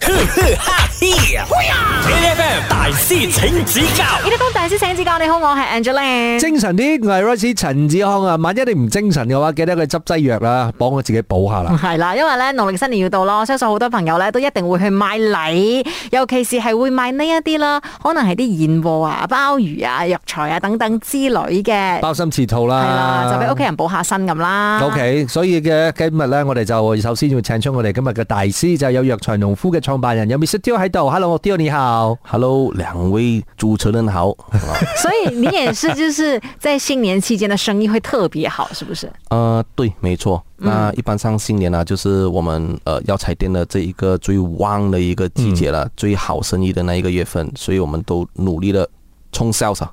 呵呵哈嘿，FM 大師請指教呢啲公大師請指教，你好，我係 Angeline。精神啲，我系 Rice 陳志康啊！萬一你唔精神嘅話，記得去執劑藥啦，幫我自己補下啦。係啦，因為咧農曆新年要到咯，相信好多朋友咧都一定會去買禮，尤其是係會買呢一啲啦，可能係啲燕窩啊、鮑魚啊、藥材啊等等之類嘅，係包啊心刺肚啦，啦，就俾屋企人補下身咁啦。 O K，所以嘅今日咧，我哋就首先要請出我哋今日嘅大師，就係有藥材農夫嘅創辦人，有 Mr. Teo 喺度。Hello，Teo 你好。 Hello，两位主持人好。所以你也是就是在新年期間的生意會特別好，是不是？呃，对，没错。那一般上新年呢、就是我们呃药材店的这一个最旺的一个季节了，最好生意的那一个月份，所以我们都努力的冲 sales 啊。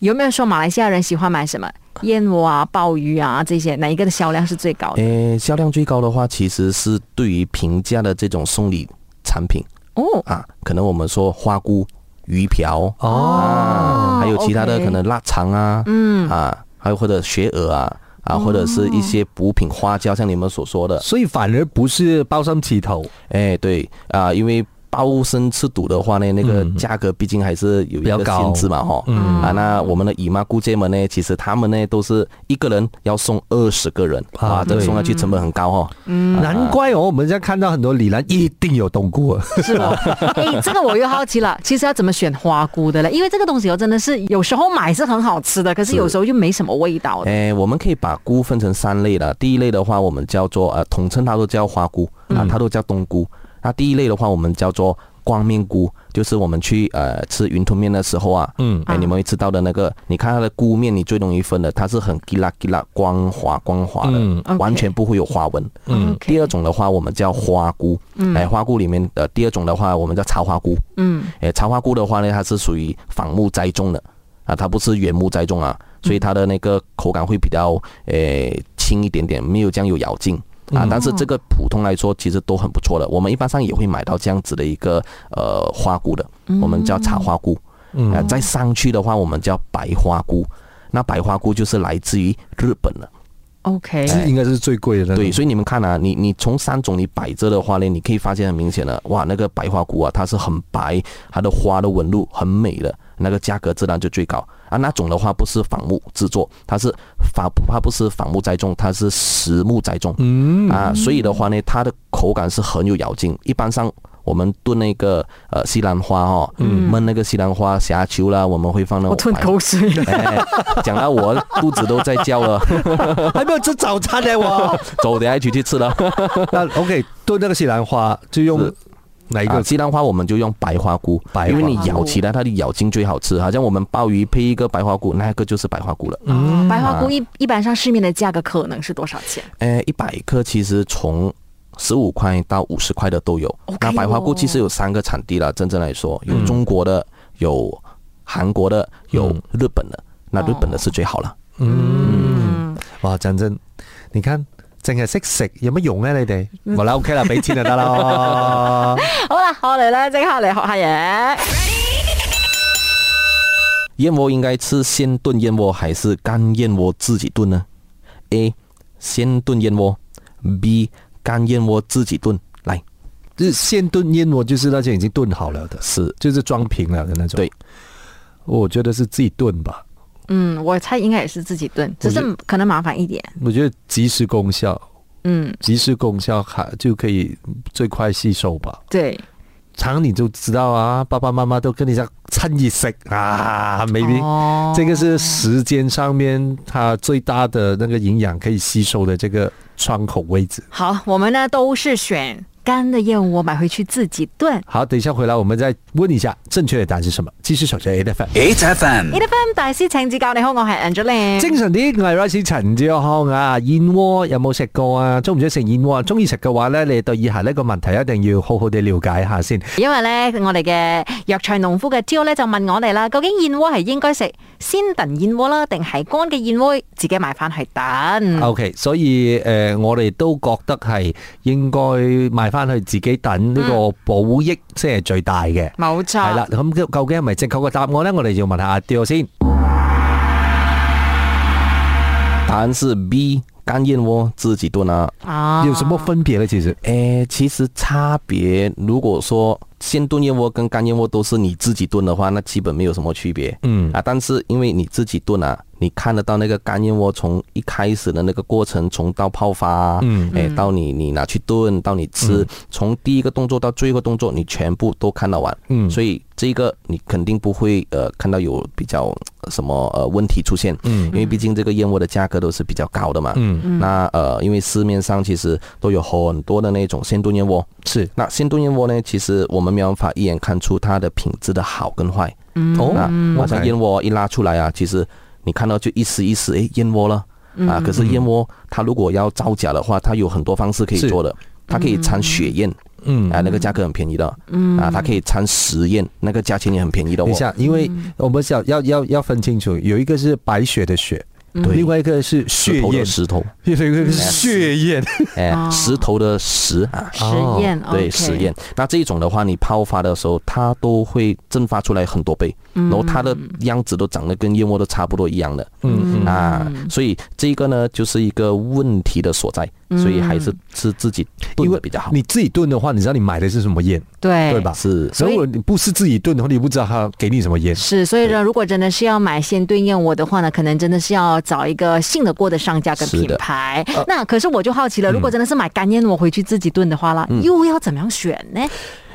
有沒有說馬來西亞人喜歡買什麼燕窩啊、鮑魚啊這些，哪一個的銷量是最高的？诶，销量最高的话，其实是对于平价的这种送礼产品哦啊，可能我们说花菇、鱼瓢，啊哦还有其他的 OK 可能腊肠啊，嗯啊，还有或者雪耳啊。啊，或者是一些补品花椒，像你们所说的，所以反而不是包心刺肚，哎，对啊、因为包身吃肚的话呢，那个价格毕竟还是有一嗯比较个高限制嘛，哈。嗯啊，那我们的姨妈姑姐们呢，其实她们呢都是一个人要送二十个人啊啊，这个对送下去成本很高哈。難怪哦，我们现在看到很多李兰一定有啊动过。 是吗？哎、 这个我又好奇了，其实要怎么选花菇的嘞？因为这个东西哦，真的是有时候买是很好吃的，可是有时候又没什么味道的。哎，我们可以把菇分成三类了。第一类的话，我们叫做呃，统称它都叫花菇嗯啊，它都叫冬菇。那第一类的话，我们叫做光面菇，就是我们去呃吃云吞面的时候啊，嗯哎，啊你们会吃到的那个，你看它的菇面，你最容易分的，它是很吉拉吉拉光滑光滑的，嗯 OK 完全不会有花纹。嗯第二种的话，我们叫花菇，哎，花菇里面呃，第二种的话，我们叫茶花菇。嗯，诶，茶花菇的话呢，它是属于仿木栽种的啊，它不是原木栽种啊，所以它的那个口感会比较诶轻一点点，没有这样有咬劲啊。但是这个普通来说，其实都很不错的。我们一般上也会买到这样子的一个呃花菇的，我们叫茶花菇。嗯啊，再上去的话，我们叫白花菇。那白花菇就是来自于日本的， OK，是应该是最贵的那种。对，所以你们看啊，你你从三种你摆着的话呢，你可以发现很明显的，哇，那个白花菇啊，它是很白，它的花的纹路很美的，那个价格自然就最高啊。那种的话不是仿木制作，它是仿它不是仿木栽种，它是实木栽种，嗯啊，所以的话呢，它的口感是很有咬劲，一般上。我们炖那个呃西兰花哦，嗯焖那个西兰花虾球啦，我们会放那我种吞白口水。哎，讲到我肚子都在叫了， 还没有吃早餐呢，我。 走，等一下一起去吃了。那 OK，炖那个西兰花就用是哪一啊，个？西兰花我们就用白花菇，白因为花你菇咬起来它的咬劲最好吃。好像我们鲍鱼配一个白花菇，那个就是白花菇了。嗯哦白花菇一一般上市面的价格可能是多少钱？呃，一百克其实从十五块到五十块的都有。 OK 哦那白花菇其实有三个产地了，真正来说有中国的，有韩国的，有嗯哦日本的。那日本的是最好了。嗯，哇，講真，你看淨係識食有乜用啊咧？你哋冇啦，OK 啦，俾錢就得啦。好啦，我哋咧即刻嚟學下嘢。燕窝应该吃鲜炖燕窝还是干燕窝自己炖呢？A. 鲜炖燕窝，B. 干燕窝自己炖。来， 就是现炖燕窝，就是那些已经炖好了的，是就是装瓶了的那种。对，我觉得是自己炖吧。嗯，我猜应该也是自己炖，只我觉是可能麻烦一点。我觉得即时功效，嗯，即时功效还就可以最快吸收吧。对。常你就知道啊，爸爸妈妈都跟你讲趁热食啊，maybe、哦这个是时间上面它最大的那个营养可以吸收的这个窗口位置。好，我们呢都是选干的燕窝买回去自己炖。好，等一下回来我们再问一下正确的答案是什么。继续守着 A F M。 ，HFM e。FM 大師請指教，你好，我係 Angeline。精神啲，我系 Rice 陳志康啊！燕窩有冇食過啊？中唔中意食燕窩啊？中意食嘅話呢，你對以下呢個問題一定要好好地了解下先。因為咧，我哋嘅藥材農夫嘅 Jo 咧就問我哋啦，究竟燕窩係應該食鮮燉燕窩啦，定係乾嘅燕窩自己買翻去啊燉？ OK，所以诶、呃我哋都覺得係應該買翻去自己等呢個補益先係最大嘅。冇錯，係啦，咁究竟係咪正確嘅答案呢？我哋要問下阿 d 先。答案是 B，干燕窝自己炖啊。啊，有什么分别呢？其实诶，其实差别，如果说鲜炖燕窝跟干燕窝都是你自己炖的话，那基本没有什么区别。嗯啊，但是因为你自己炖啊，你看得到那个干燕窝从一开始的那个过程，从到泡发，嗯，哎，到你你拿去炖，到你吃，从第一个动作到最后动作，你全部都看到完。嗯所以这个你肯定不会呃看到有比较呃什么呃问题出现。嗯因为毕竟这个燕窝的价格都是比较高的嘛。嗯那呃，因为市面上其实都有很多的那种鲜炖燕窝，是那鲜炖燕窝呢，其实我们没有办法一眼看出它的品质的好跟坏。哦那好像 OK 燕窝一拉出来啊，其实你看到就一丝一丝，诶，燕窝了嗯啊。可是燕窝它如果要造假的话，它有很多方式可以是做的。它可以掺雪燕，嗯啊，那个价格很便宜的，啊，它可以掺食燕，那个价钱也很便宜的哦等一。下，因为嗯我们想要要要分清楚，有一个是白雪的雪，嗯对另外一个是石血头燕的，石头，另外一个是 血燕，哎哦，石头的石啊，实验，对， OK 实验。那这一种的话，你泡发的时候，它都会蒸发出来很多倍，嗯然后它的样子都长得跟燕窝都差不多一样的。嗯嗯啊，所以这个呢，就是一个问题的所在，嗯所以还是是自己炖因为的比较好。你自己炖的话，你知道你买的是什么燕，对对吧？是所以如果你不是自己炖的话，你不知道他给你什么燕。是，所以呢，如果真的是要买鲜炖燕窝的话呢，可能真的是要找一个信得过的商家跟是品的呃牌。那可是我就好奇了，如果真的是买干燕窝回去自己炖的话啦，又要怎么样选呢？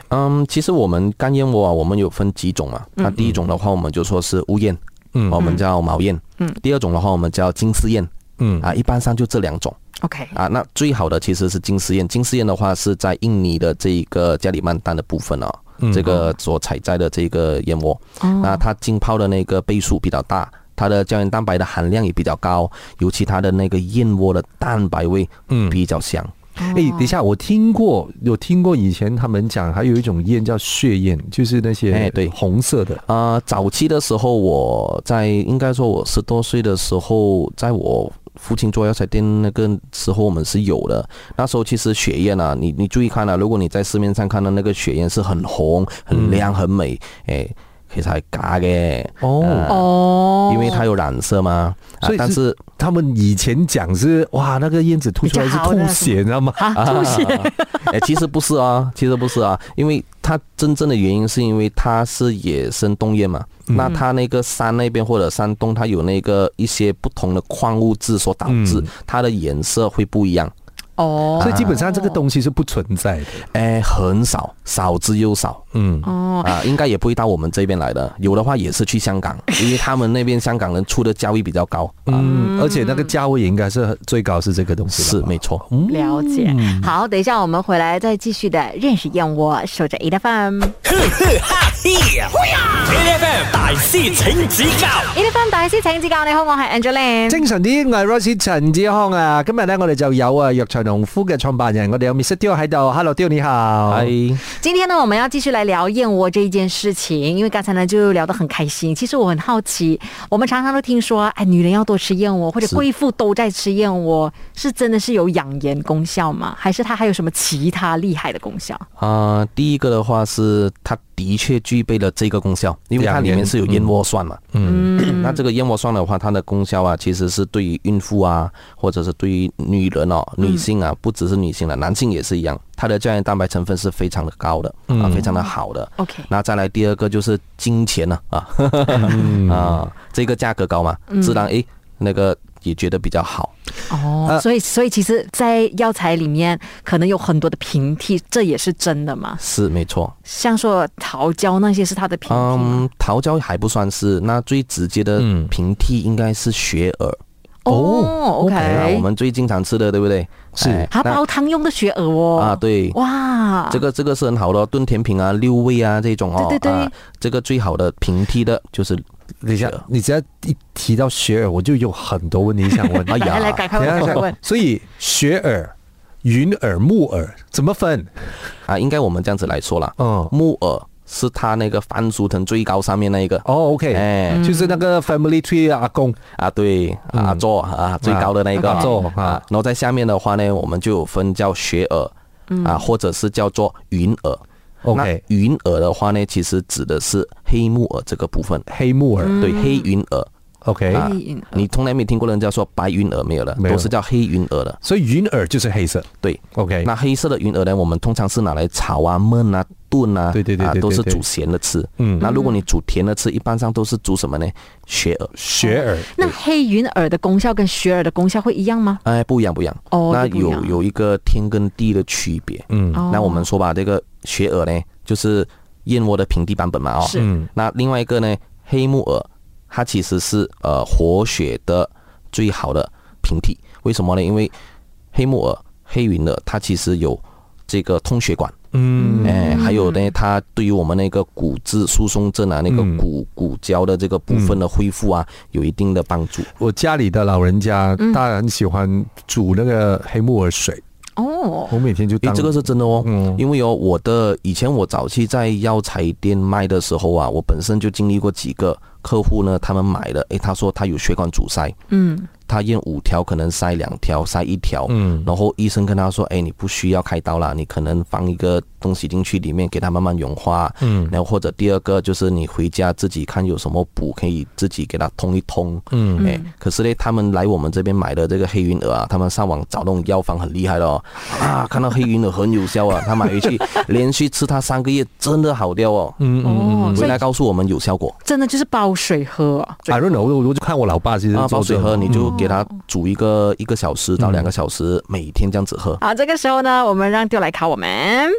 嗯，其实我们干燕窝啊，我们有分几种嘛。嗯那第一种的话，我们就说是乌燕，嗯我们叫毛燕。嗯。第二种的话，我们叫金丝燕。嗯啊，一般上就这两种 OK，啊。那最好的其实是金丝燕，金丝燕的话是在印尼的这一个加里曼丹的部分啊、这个所采摘的这个燕窝。嗯哦那它浸泡的那个倍数比较大，它的胶原蛋白的含量也比较高，尤其它的那个燕窝的蛋白味嗯比较香。哦哎、等一下，我听过，有听过以前他们讲，还有一种燕叫血燕，就是那些哎对红色的，啊，早期的时候，我在应该说我十多岁的时候，在我父亲做药材店那个时候，我们是有的。那时候其实雪燕啊，你你注意看啊，如果你在市面上看到那个雪燕是很红、很亮、很美，哎、其实还假嘅，哦哦，啊因为它有染色嘛。啊所以是但是他们以前讲是哇，那个燕子吐出来比是较好的吐血，你知 道吗？啊吐血， 哎、其实不是啊，其实不是啊，因为它真正的原因是因为它是野生洞燕嘛，嗯那它那个山那边或者山洞，它有那个一些不同的矿物质所导致，嗯它的颜色会不一样，哦，所以基本上这个东西是不存在的。哎、很少，少之又少。嗯，哦，啊，应该也不会到我们这边来的，有的话也是去香港，因为他们那边香港人出的价位比较高。啊、嗯，而且那个价位也应该是最高是这个东西是了吧没错。嗯了解。好，等一下我们回来再继续的认识燕窝，守着 A F M。哈嘿，A F M 大师请指教 A F M 大师請指教，你好，我係 Angeline。精神啲，我系 Rosie 陳志康啊！今日咧，我哋就有啊藥材農夫嘅創辦人，我哋有 Mr. Teo 喺度，Hello Teo 你好。哎，今天呢，我们要继续来聊燕窝这一件事情，因为刚才呢就聊得很开心。其实我很好奇，我们常常都听说，哎，女人要多吃燕窝，或者是贵妇都在吃燕窝，是真的是有养颜功效吗？还是它还有什么其他厉害的功效？啊、第一个的话是它的确具备了这个功效，因为它里面是有燕窝酸嘛。嗯，那这个燕窝酸的话，它的功效啊，其实是对于孕妇啊，或者是对于女人哦，女性啊，不只是女性了，男性也是一样，它的胶原蛋白成分是非常的高的啊，非常的好的。 OK 那再来第二个就是金钱呢啊 啊，这个价格高嘛，自然诶那个也觉得比较好。哦，呃所以所以其实，在药材里面可能有很多的平替，这也是真的吗？是没错，像说桃胶那些是它的平替吗？嗯，桃胶还不算是，那最直接的嗯平替应该是雪耳。哦，OK，哎呀我们最经常吃的，对不对？是哎它煲汤用的雪耳哦。啊，对，哇，这个这个是很好的哦，炖甜品啊、六味啊这种哦，对对对啊，这个最好的平替的就是等一下，你只要一提到雪耳，我就有很多问题想问。 哎呀来来，赶快问，等一赶下快问。所以雪耳、云耳、木耳怎么分？啊，应该我们这样子来说啦，嗯，木耳是它那个番薯藤最高上面那一个。哦，OK，、哎就是那个 Family Tree 阿公，啊，对，啊阿座啊，最高的那一个嗯啊阿座啊然后在下面的话呢，我们就有分叫雪耳啊，或者是叫做云耳。嗯 OK 那云耳的话呢，其实指的是黑木耳这个部分，黑木耳。对，黑云耳 OK，、嗯啊黑云，你从来没听过人家说白云鹅没有了，没有都是叫黑云鹅的。所以云耳就是黑色。对 OK，那黑色的云耳呢，我们通常是拿来炒啊、焖啊、炖啊，对对对啊对都是对对煮咸的吃。嗯那如果你煮甜的吃，一般上都是煮什么呢？雪耳。雪耳那黑云耳的功效跟雪耳的功效会一样吗？哎，不一样，不一样。哦那都不一有样有一个天跟地的区别。嗯哦那我们说吧，这个雪耳呢，就是燕窝的平地版本嘛，哦。是嗯那另外一个呢，黑木耳，它其实是呃活血的最好的平替。为什么呢？因为黑木耳、黑云耳，它其实有这个通血管，嗯哎，还有呢，它对于我们那个骨质疏松症啊，那个嗯骨骨胶的这个部分的恢复啊，有一定的帮助。我家里的老人家，嗯大家很喜欢煮那个黑木耳水，哦，我每天就诶，当这个是真的哦，嗯因为哦，我的以前我早期在药材店卖的时候啊，我本身就经历过几个客户呢，他们买了，诶，他说他有血管阻塞，嗯，他验五条可能塞两条，塞一条，嗯然后医生跟他说，哎，你不需要开刀啦，你可能放一个东西进去里面，给它慢慢融化，嗯然后或者第二个就是你回家自己看有什么补，可以自己给它通一通，嗯哎，可是呢，他们来我们这边买的这个黑云鹅啊，他们上网找那种药方很厉害的哦，啊，看到黑云鹅很有效啊，他买回去连续吃它三个月，真的好掉哦，嗯哦，所回以来告诉我们有效果。真的就是煲水喝啊， ，I don't know，我就看我老爸其实啊，做煲水这个喝，你就给它煮一个一个小时到两个小时，每天这样子喝。好，这个时候呢，我们让丢来考我们。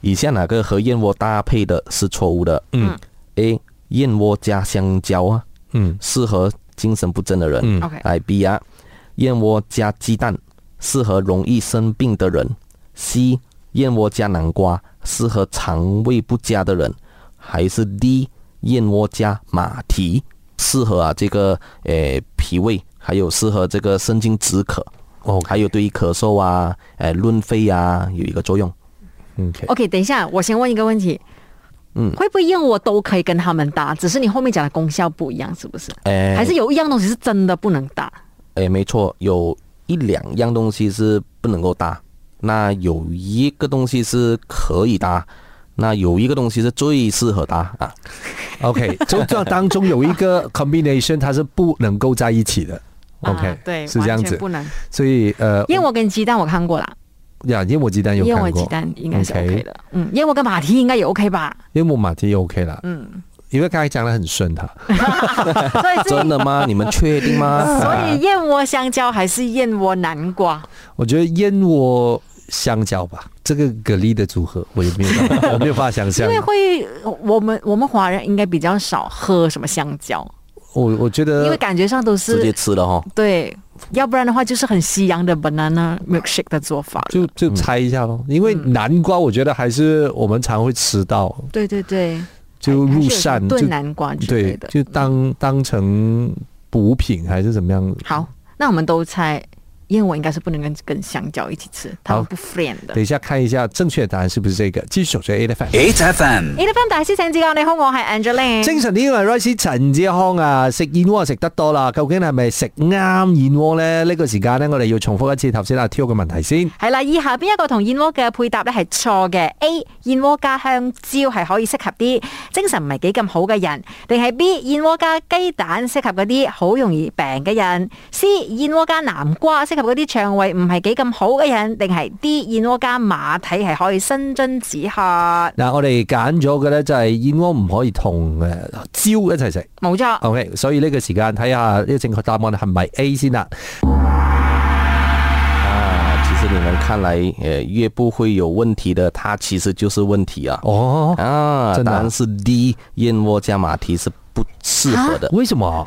以下哪个和燕窝搭配的是错误的？嗯，A. 燕窝加香蕉啊，嗯适合精神不振的人。嗯 OK，来 B 啊，燕窝加鸡蛋适合容易生病的人。C 燕窝加南瓜适合肠胃不佳的人，还是 D 燕窝加马蹄适合啊这个诶、呃脾胃，还有适合这个生津止渴， ，OK 还有对于咳嗽啊、诶、润肺啊有一个作用。 OK， OK，等一下，我先问一个问题。嗯会不会燕窝都可以跟他们搭？只是你后面讲的功效不一样，是不是？哎诶、还是有一样东西是真的不能搭？诶，哎没错，有一两样东西是不能够搭，那有一个东西是可以搭，那有一个东西是最适合搭 啊。 OK，就这当中有一个 combination，它是不能够在一起的。OK，、啊对，是这样完全子。不能。所以呃，燕窝跟鸡蛋我看过啦，呀，燕窝鸡蛋有燕看窝过，鸡蛋应该是 OK OK 的。嗯，燕窝跟马蹄应该也 OK 吧？燕窝马蹄 OK 啦。嗯，因为刚才讲的很顺哈。所以是真的吗？你们确定 所吗？以燕窝香蕉还是燕窝南瓜？我觉得燕窝香蕉吧，这个蛤蜊的组合，我也没有 办法我没有办法想因象。为会我们我们华人应该比较少喝什么香蕉，我我觉因为得感觉上都直接是吃了哈。对，要不然的话就是很西洋的 banana milkshake 的做法。就就猜一下咯，因为嗯南瓜我觉得还是我们常会吃到，对对对，就哎还入是有什么膳就炖南瓜之类对的，。嗯就当当成补品还是怎么样。好，那我们都猜燕窝应该是不能跟跟香蕉一起吃，它们好不 friend 的等。一下看一下正确答案是不是这个？继续守着 A 的 F。 ，H F M， A F M 大師請指教，你好，我係 Angeline。精神呢個係 Rice 陳志康啊，食燕窩食得多啦，究竟係咪食啱燕窩呢？呢、個時間呢，我哋要重複一次頭先阿 Tio 嘅問題先。係啦，以下邊一個同燕窩嘅配搭咧係錯嘅？A 燕窩加香蕉係可以適合啲精神唔係幾咁好嘅人，定係 B 燕窩加雞蛋適合嗰啲好容易病嘅人？C 燕窩加南瓜適合嗰啲腸胃唔係幾咁好嘅人，定係 D 燕窩加馬蹄係可以生津止渴？嗱，我哋揀咗嘅呢就係燕窩唔可以同誒蕉一齊食。冇錯。哦 OK，所以呢個時間睇下呢個正確答案係咪 A 先啦。啊，其实你们看来，呃，越不会有问题的，它其实就是问题啊。 哦，啊，真的啊答案是 D，燕窝加马蹄是不适合的。為什麼？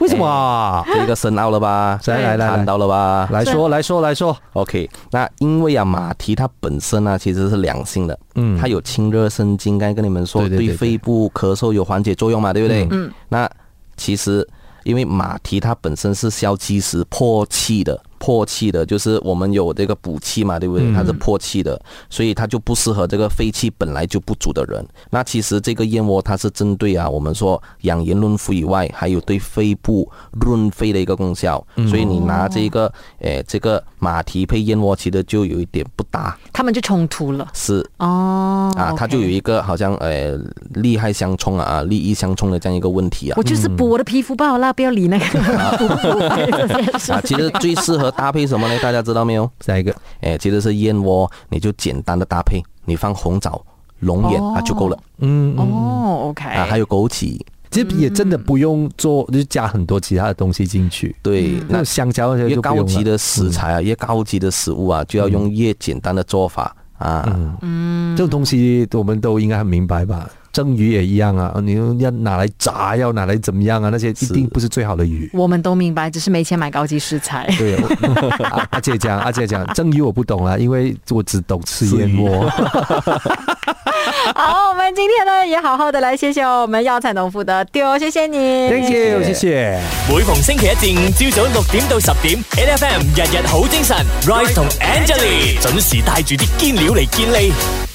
為什麼？这个深奥了吧？来来来看到了吧？來說來說來說， OK，那因为啊，马蹄它本身呢、其实是良性的，嗯它有清热生津，刚才跟你们说对对对对肺部咳嗽有缓解作用嘛，对不对？嗯，那其实因为马蹄它本身是消积食破气的，破气的，就是我们有这个补气嘛，对不对？它是破气的，所以它就不适合这个肺气本来就不足的人。那其实这个燕窝它是针对啊，我们说养颜润肤以外，还有对肺部润肺的一个功效。所以你拿这个，诶、这个马蹄配燕窝，其实就有一点不搭，他们就冲突了。是哦，啊，它就有 OK 一个好像呃利害相冲啊啊，利益相冲的这样一个问题啊我。就是补我的皮肤罢了，不要 理那个。啊，其实最适合搭配什么呢？大家知道没有？ 下一个哎，其实是燕窝，你就简单的搭配，你放红枣、龙眼、啊就够了 嗯哦，OK，哎啊，还有枸杞，其实也真的不用做，就加很多其他的东西进去。对，那香蕉嗯那些越就嗯不高用级了。嗯的食材啊，越高级的食物啊，就要用越简单的做法嗯啊。这种东西我们都应该很明白嗯吧？蒸鱼也一样啊，你要拿来炸，要拿来怎么样啊？那些一定不是最好的 鱼。我们都明白，只是没钱买高级食材。对，我阿阿姐讲，阿姐讲，蒸鱼我不懂啦，啊因为我只懂吃燕 窝。好，我们今天呢也好好的来谢谢我们药材农夫的丢，谢谢你 Thank you，谢谢。每逢星期一至五朝早六点到十点，N F M 日日好精神，Rise 同 Angelie 准时带住啲坚料嚟健利。